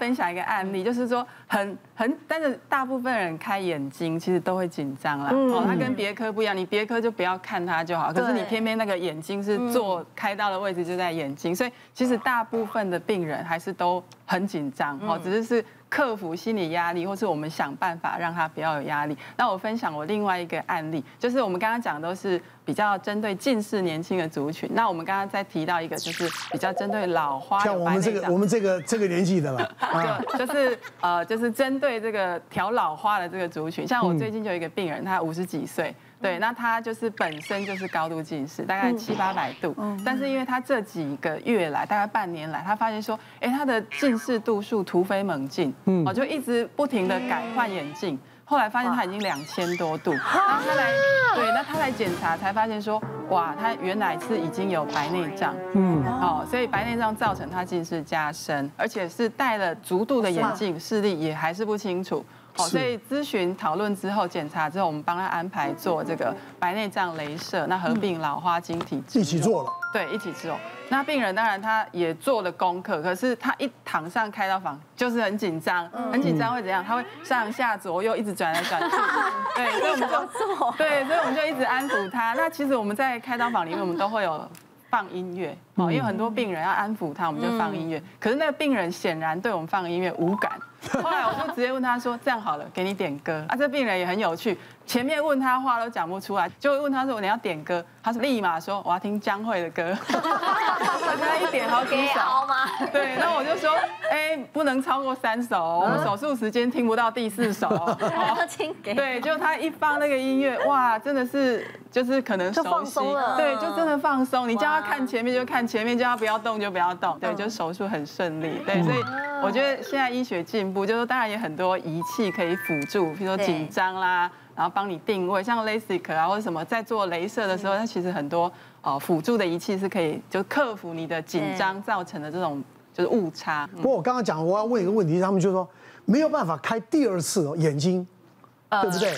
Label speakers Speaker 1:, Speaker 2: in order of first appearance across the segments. Speaker 1: 分享一个案
Speaker 2: 嗯
Speaker 1: 例，就是说很很，但是大部分人开眼睛其实都会紧张啦。
Speaker 2: 嗯
Speaker 1: 哦，它跟别科不一样，你别科就不要看它就好，可是
Speaker 2: 对嗯
Speaker 1: 你偏偏那个眼睛是做开刀的位置就在眼睛，所以其
Speaker 2: 哦
Speaker 1: 实大部分的病人还是都很紧张
Speaker 2: 嗯
Speaker 1: 哦，只是是。克服心理压力，或是我们想办法让他不要有压力。那我分享我另外一个案例，就是我们刚刚讲的都是比较针对近视年轻的族群。那我们刚刚再提到一个，就是比较针对老花
Speaker 3: 像
Speaker 1: 有
Speaker 3: 我
Speaker 1: 白
Speaker 3: 们
Speaker 1: 内
Speaker 3: 这个
Speaker 1: 障
Speaker 3: 我们这个这个年纪的 了啊，
Speaker 1: 就就是呃，就是针对这个调老花的这个族群，像我最近就有一个病人，他五十几岁，对，那他就是本身就是高度近视，大概七八百度，但是因为他这几个月来，大概半年来，他发现说，哎，他的近视度数突飞猛进，嗯，哦，就一直不停的改换眼镜。后来发现他已经两千多度，然后他来对，那他来检查才发现说，哇，他原来是已经有白内障，哦，所以白内障造成他近视加深，而且是戴了足度的眼镜，视力也还是不清楚。哦，所以咨询讨论之后，检查之后，我们帮他安排做这个白内障镭射，那合并老花晶体
Speaker 3: 一起做了。
Speaker 1: 对，一起吃哦。那病人当然他也做了功课，可是他一躺上开刀房就是很紧张，很紧张会怎样？他会上下左右一直转来转去。对，所以我们就做。 对，所以我们就一直安抚他。那其实我们在开刀房里面，我们都会有。放音乐哦，因为很多病人要安抚他，我们就放音乐。可是那个病人显然对我们放音乐无感。后来我就直接问他说：“这样好了，给你点歌啊。”这病人也很有趣，前面问他话都讲不出来，就问他说：“你要点歌？”他是立马说：“我要听江蕙的歌。”他一点好几首
Speaker 2: 凹吗？
Speaker 1: 对，那我就说，哎，不能超过三首哦，我们手术时间听不到第四首哦。
Speaker 2: 要亲给。
Speaker 1: 对，就他一放那个音乐，哇，真的是就是可能熟悉
Speaker 2: 就放松了
Speaker 1: 对，就真的放松。你叫他
Speaker 2: 哇
Speaker 1: 看前面就看前面，叫他不要动就不要
Speaker 2: 嗯
Speaker 1: 动，对，就手术很顺利。对，所以我觉得现在医学进步，就是当然也很多仪器可以辅助，比如说
Speaker 2: 对
Speaker 1: 紧张啦。然后帮你定位，像 LASIK 啊或者什么，在做镭射的时
Speaker 2: 嗯
Speaker 1: 候，它其实很多呃辅助的仪器是可以就克服你的紧张造成的这种就是误差。
Speaker 3: 不过我刚刚讲，我要问一个问题，他们就说没有办法开第二次哦，眼睛，
Speaker 1: 呃
Speaker 3: 对不对？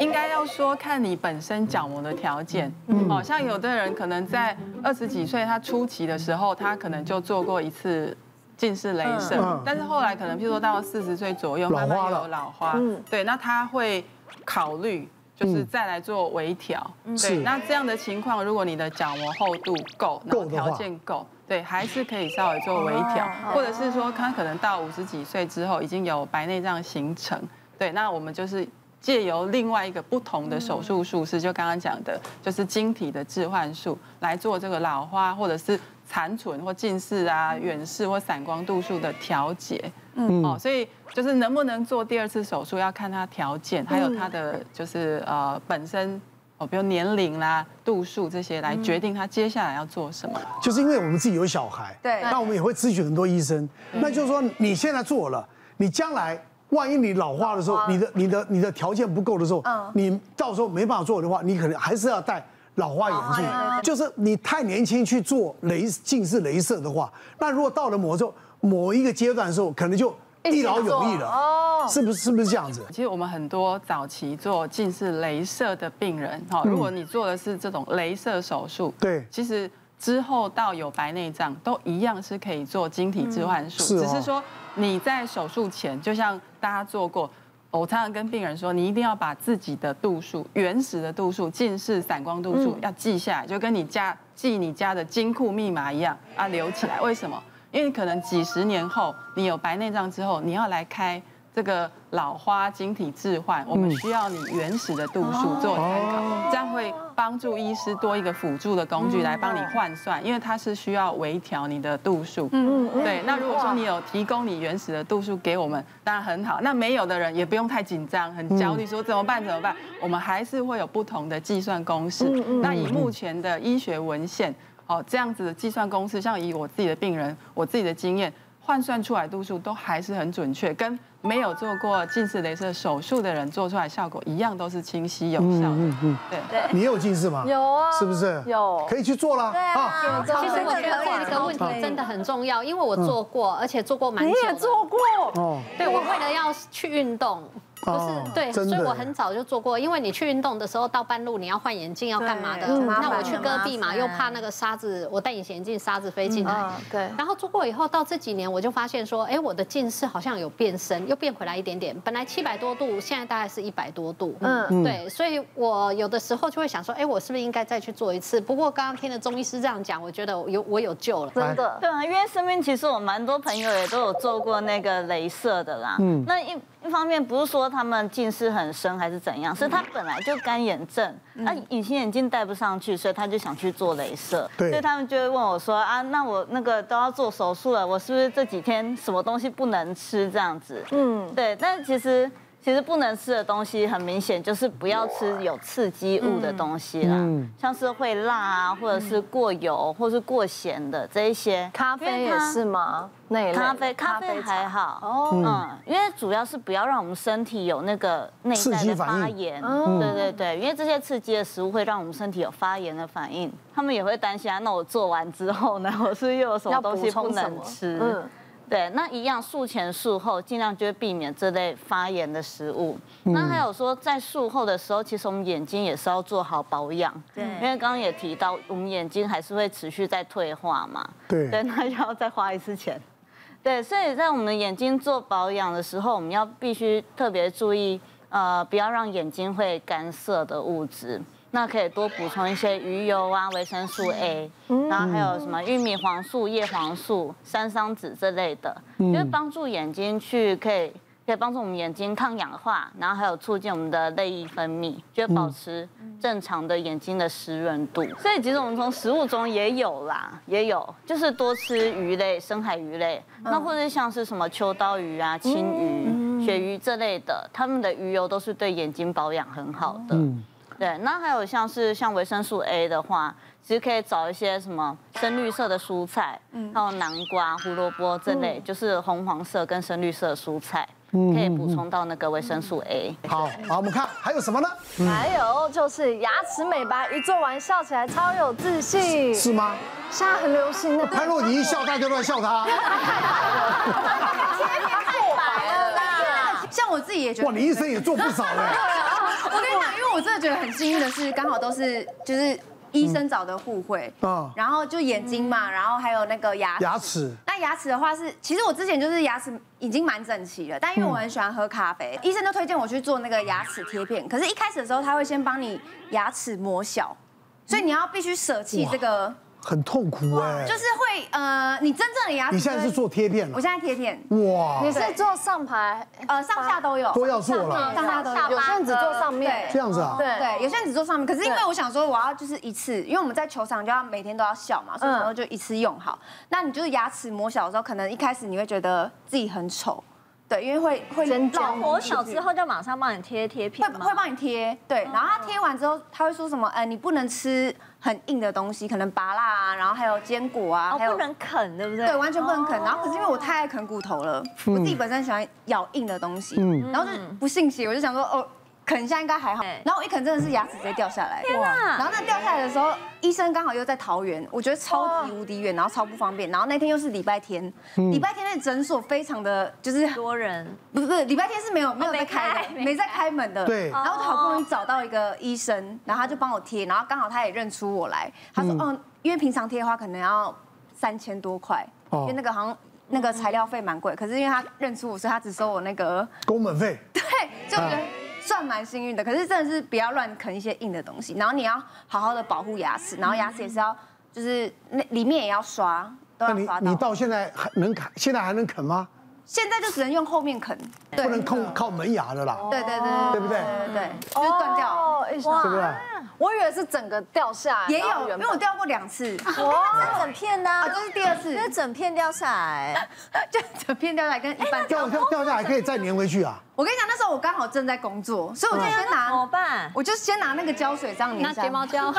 Speaker 1: 应该要说看你本身角膜的条件，
Speaker 3: 嗯
Speaker 1: 好像有的人可能在二十几岁他初期的时候，他可能就做过一次。近视镭
Speaker 3: 嗯
Speaker 1: 射，但是后来可能，譬如说到四十岁左右，
Speaker 3: 老花
Speaker 1: 慢慢
Speaker 3: 了嗯
Speaker 1: 有老花，对，那他会考虑就是再来做微调，
Speaker 3: 嗯是
Speaker 1: 对，那这样的情况，如果你的角膜厚度够，然
Speaker 3: 够
Speaker 1: 后
Speaker 3: 的话
Speaker 1: 条件够，对，还是可以稍微做微调，或者是说他可能到五十几岁之后已经有白内障形成，对，那我们就是。借由另外一个不同的手术术式，就刚刚讲的，就是晶体的置换术来做这个老花或者是残存或近视啊、远视或散光度数的调节。嗯，哦，所以就是能不能做第二次手术，要看他条件，还有他的就是呃本身哦，比如年龄啦、度数这些来决定他接下来要做什么。
Speaker 3: 就是因为我们自己有小孩，
Speaker 2: 对
Speaker 3: 那我们也会咨询很多医生。那就是说，你现在做了，你将来万一你老化的时候，你的你的你的条件不够的时候，你到时候没办法做的话，你可能还是要戴老花眼镜。就是你太年轻去做雷近视雷射的话，那如果到了某时候某一个阶段的时候，可能就一劳永逸了，哦，是不是？是不是这样子？
Speaker 1: 其实我们很多早期做近视雷射的病人，哈，如果你做的是这种雷射手术，
Speaker 3: 嗯对
Speaker 1: 其实之后到有白内障都一样是可以做晶体置换术，
Speaker 3: 嗯是哦
Speaker 1: 只是说你在手术前，就像大家做过。我常常跟病人说，你一定要把自己的度数、原始的度数、近视、散光度数要记下来，就跟你家记你家的金库密码一样啊，留起来。为什么？因为可能几十年后你有白内障之后，你要来开这个老花晶体置换，我们需要你原始的度数做参考，这样会帮助医师多一个辅助的工具来帮你换算，因为它是需要微调你的度数。嗯嗯。对，那如果说你有提供你原始的度数给我们，当然很好。那没有的人也不用太紧张、很焦虑，说怎么办怎么办？我们还是会有不同的计算公式。那以目前的医学文献。哦，这样子的计算公式，像以我自己的病人，我自己的经验换算出来度数都还是很准确，跟没有做过近视雷射手术的人做出来效果一样，都是清晰有效的。对。
Speaker 3: 你有近视吗？
Speaker 2: 有啊
Speaker 3: 是不是？
Speaker 2: 有
Speaker 3: 可以去做了
Speaker 2: 对啊，
Speaker 4: 其实我觉得这个问题真的很重要，
Speaker 3: 嗯
Speaker 4: 因为我做过，而且做过蛮
Speaker 2: 你
Speaker 4: 久。
Speaker 2: 也做过，嗯
Speaker 3: 哦。
Speaker 4: 对，我为了要去运动，不是对，所
Speaker 3: 真的
Speaker 4: 以我很早就做过，因为你去运动的时候到半路你要换眼镜要干嘛的，
Speaker 2: 对麻烦
Speaker 4: 那我去戈壁
Speaker 2: 麻
Speaker 4: 嘛，
Speaker 2: 烦
Speaker 4: 又怕那个沙子，我戴隐形眼镜沙子飞进来
Speaker 2: 嗯，对
Speaker 4: 然后做过以后，到这几年我就发现说，哎，我的近视好像有变深，又变回来一点点。本来七百多度，现在大概是一百多度。嗯，对，所以我有的时候就会想说，哎，我是不是应该再去做一次？不过刚刚听了钟医师这样讲，我觉得我有我有救了。
Speaker 2: 真的
Speaker 5: 对啊，因为身边其实我蛮多朋友也都有做过那个镭射的啦。嗯，那一一方面不是说他们近视很深还是怎样，是他本来就干眼症，那、隐形眼镜戴不上去，所以他就想去做镭射。
Speaker 3: 对
Speaker 5: 所以他们就会问我说啊，那我那个都要做手术了，我是不是这几天什么东西不能吃这样子？嗯，对，但其实。其实不能吃的东西很明显就是不要吃有刺激物的东西啦，像是会辣啊，或者是过油，或是过咸的这一些。
Speaker 2: 咖啡也
Speaker 5: 因为它
Speaker 2: 是吗？那一类的
Speaker 5: 咖啡咖啡还
Speaker 2: 茶
Speaker 5: 好哦，嗯，因为主要是不要让我们身体有那个内
Speaker 3: 刺
Speaker 5: 在
Speaker 3: 激
Speaker 5: 的
Speaker 3: 反应
Speaker 5: 发炎，对对对，因为这些刺激的食物会让我们身体有发炎的反应，他们也会担心啊，那我做完之后呢，我是不是又有什么
Speaker 2: 要
Speaker 5: 东
Speaker 2: 补
Speaker 5: 西不
Speaker 2: 充什
Speaker 5: 能
Speaker 2: 么
Speaker 5: 吃？
Speaker 2: 嗯
Speaker 5: 对，那一样术前术后尽量就会避免这类发炎的食物。那还有说，在术后的时候，其实我们眼睛也是要做好保养，对，因为刚刚也提到，我们眼睛还是会持续在退化嘛，
Speaker 3: 对
Speaker 5: 对，那就要再花一次钱。对，所以在我们的眼睛做保养的时候，我们要必须特别注意，呃，不要让眼睛会干涩的物质。那可以多补充一些鱼油啊、维生素 A，、然后还有什么玉米黄素、叶黄素、山桑子这类的，就是帮助眼睛去可以可以帮助我们眼睛抗氧化，然后还有促进我们的泪液分泌，就是保持正常的眼睛的湿润度。所以其实我们从食物中也有啦，也有就是多吃鱼类、深海鱼类，那或者像是什么秋刀鱼啊、青鱼、鳕鱼这类的，它们的鱼油都是对眼睛保养很好的。对，那还有像是像维生素 A 的话，其实可以找一些什么深绿色的蔬菜，还有南瓜、胡萝卜这类，就是红黄色跟深绿色的蔬菜，
Speaker 6: 嗯
Speaker 5: 可以补充到那个维生素 A。
Speaker 3: 好，好，我们看还有什么呢？
Speaker 2: 还有就是牙齿美白，一做完笑起来超有自信，
Speaker 3: 是吗？
Speaker 2: 现在很流行的。
Speaker 3: 潘若迪一笑，大家都在笑 他。
Speaker 6: 像我自己 也觉得
Speaker 3: 哇，你一生也做不少 哎。
Speaker 6: 我跟你讲，因为我真的觉得很幸运的是，刚好都是就是医生找的互惠
Speaker 3: 嗯啊
Speaker 6: 然后就眼睛嘛，然后还有那个牙
Speaker 3: 牙齿
Speaker 6: 那牙齿的话是，其实我之前就是牙齿已经蛮整齐了，但因为我很喜欢喝咖啡，
Speaker 3: 嗯
Speaker 6: 医生就推荐我去做那个牙齿贴片。可是，一开始的时候他会先帮你牙齿磨小，所以你要必须舍弃这个，
Speaker 3: 很痛苦哎。
Speaker 6: 就是会呃，你真正的牙齿。
Speaker 3: 你现在是做？贴片了
Speaker 6: 我现在贴片，
Speaker 3: 哇
Speaker 2: 你，是做上排，
Speaker 6: 呃，上下都有。
Speaker 3: 都要做了，
Speaker 6: 上下都有。
Speaker 2: 有些人只做上面
Speaker 6: 对
Speaker 3: 这样子啊？
Speaker 2: 对
Speaker 6: 哦对，有些人只做上面，可是因为我想说我要就是一次，因为我们在球场就要每天都要笑嘛，所
Speaker 5: 嗯
Speaker 6: 以然后就一次用好。那你就是牙齿磨小的时候，可能一开始你会觉得自己很丑，对，因为会会
Speaker 2: 尖叫
Speaker 6: 绕
Speaker 2: 嗯
Speaker 5: 我小之后就马上帮你贴贴
Speaker 6: 会
Speaker 5: 片吗
Speaker 6: 会？帮你贴，对，
Speaker 5: 嗯
Speaker 6: 然后他贴完之后，他会说什么？呃，你不能吃很硬的东西，可能拔辣啊，然后还有坚果啊，
Speaker 5: 哦，
Speaker 6: 还有
Speaker 5: 不能啃，对不对？
Speaker 6: 对，完全不能啃。然后可是
Speaker 5: 哦
Speaker 6: 因为我太爱啃骨头了，我自己本身喜欢咬硬的东西，然后就不信邪，我就想说哦。啃一下应该还
Speaker 5: 嗯
Speaker 6: 好
Speaker 5: 对，
Speaker 6: 然后我一啃真的是牙齿直接掉下来，
Speaker 5: 哪
Speaker 6: 然后那掉下来的时候，医生刚好又在桃园，我觉得超级无敌远，然后超不方便。然后那天又是礼拜天，礼拜天的诊所非常的就是
Speaker 5: 多人
Speaker 6: 不是不是，礼拜天是没哦有没有在开的，没在开门的。
Speaker 3: 对
Speaker 6: 然后我好不容易找到一个医生，然后他就帮我贴，然后刚好他也认出我来，他
Speaker 3: 嗯
Speaker 6: 说哦，因为平常贴的话可能要三千多块，
Speaker 3: 哦
Speaker 6: 因为那个好像那个材料费蛮贵，可是因为他认出我，所以他只收我那 个，
Speaker 3: 工本费。
Speaker 6: 对，就我觉得。
Speaker 3: 嗯
Speaker 6: 算蛮幸运的，可是真的是不要乱啃一些硬的东西，然后你要好好的保护牙齿，然后牙齿也是要，就是那里面也要刷，都
Speaker 3: 那
Speaker 6: 要
Speaker 3: 你
Speaker 6: 刷
Speaker 3: 你
Speaker 6: 到。
Speaker 3: 到现在还能啃？现在还能啃吗？
Speaker 6: 现在就只能用后面啃，对哦
Speaker 3: 不能靠靠门牙的啦，
Speaker 6: 对对对，
Speaker 3: 对不对
Speaker 6: 对对，就是断掉。
Speaker 2: 嗯哦，一小
Speaker 3: 是不是？
Speaker 2: 我以为是整个掉下来，
Speaker 6: 也
Speaker 2: 然后
Speaker 6: 有，
Speaker 2: 原
Speaker 6: 因
Speaker 2: 本
Speaker 6: 为我掉过两次，
Speaker 2: 哇，
Speaker 7: 整片的、
Speaker 6: 啊，
Speaker 7: 啊，
Speaker 6: 这是第二次，
Speaker 7: 那 整片掉下来，
Speaker 6: 就整片掉下来跟一半掉
Speaker 3: 掉。掉掉下来可以再粘回去啊。
Speaker 6: 我跟你讲，那时候我刚好正在工作，所以我就先
Speaker 7: 怎么
Speaker 6: 拿，
Speaker 7: 办？
Speaker 6: 我就先拿那个胶水这样
Speaker 4: 那
Speaker 6: 粘下
Speaker 4: 睫
Speaker 6: 来。
Speaker 4: 毛胶，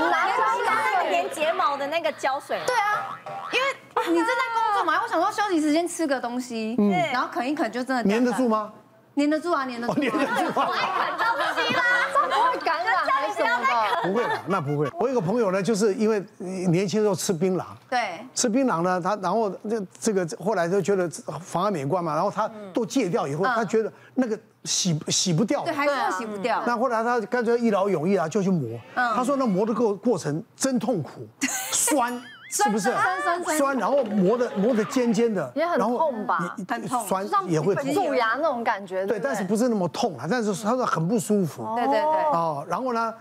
Speaker 7: 那个粘睫毛的那个胶水，
Speaker 6: 对啊，因为你正在工作嘛，我想说休息时间吃个东西，然后啃一啃就真的掉
Speaker 3: 粘
Speaker 6: 下
Speaker 3: 得
Speaker 6: 来
Speaker 3: 住？吗？
Speaker 6: 粘得住啊，粘得
Speaker 3: 哦，
Speaker 6: 住
Speaker 3: 粘
Speaker 6: 啊。
Speaker 3: 得住啊。
Speaker 7: 看到不行啦，
Speaker 2: 能会感染还是什么的。
Speaker 3: 不会啦，那不会。我有个朋友呢，就是因为呃年轻时候吃槟榔，
Speaker 6: 对，
Speaker 3: 吃槟榔呢，他然后这这个后来就觉得妨碍美观嘛，然后他都戒掉以后，他觉得那个洗洗不掉
Speaker 6: 对，，还是会洗不掉。
Speaker 3: 那后来他干脆一劳永逸啊，就去磨。
Speaker 6: 嗯
Speaker 3: 他说那磨的过过程真痛苦，酸。 是不是
Speaker 6: 酸酸酸
Speaker 3: 酸？然后磨的磨的尖尖的，
Speaker 2: 也很
Speaker 3: 然后
Speaker 2: 痛吧
Speaker 3: 你
Speaker 6: 很痛
Speaker 3: 酸
Speaker 2: 像
Speaker 3: 也会痛。
Speaker 2: 蛀牙那种感觉，
Speaker 3: 对，
Speaker 2: 不
Speaker 3: 但是不是那么痛啊，但是
Speaker 6: 嗯
Speaker 3: 他说很不舒服。
Speaker 6: 对对对，
Speaker 3: 哦，然后呢，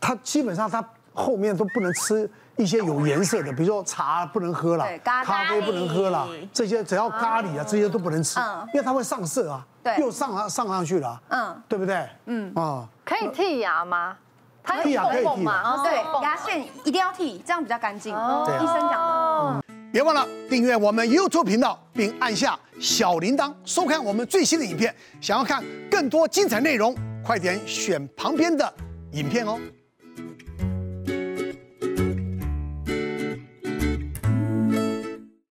Speaker 3: 他基本上他后面都不能吃一些有颜色的，比如说茶不能喝了
Speaker 6: 对，咖哦
Speaker 3: 咖啡不能喝了，这些只要咖喱啊这些都不能吃
Speaker 6: 嗯，
Speaker 3: 因为它会上色啊，
Speaker 6: 对
Speaker 3: 又上啊上上去了啊，
Speaker 6: 嗯
Speaker 3: 对不对？嗯啊，
Speaker 2: 可以剔牙吗？它
Speaker 3: 剔牙可以
Speaker 2: 缝
Speaker 3: 剔
Speaker 2: 嘛？
Speaker 3: 牙
Speaker 2: 哦
Speaker 6: 对，牙线一定要剃，这样比较干净。
Speaker 3: 对啊
Speaker 6: 医生讲的。
Speaker 3: 别忘了订阅我们 YouTube 频道，并按下小铃铛收看我们最新的影片。想要看更多精彩内容，快点选旁边的影片哦。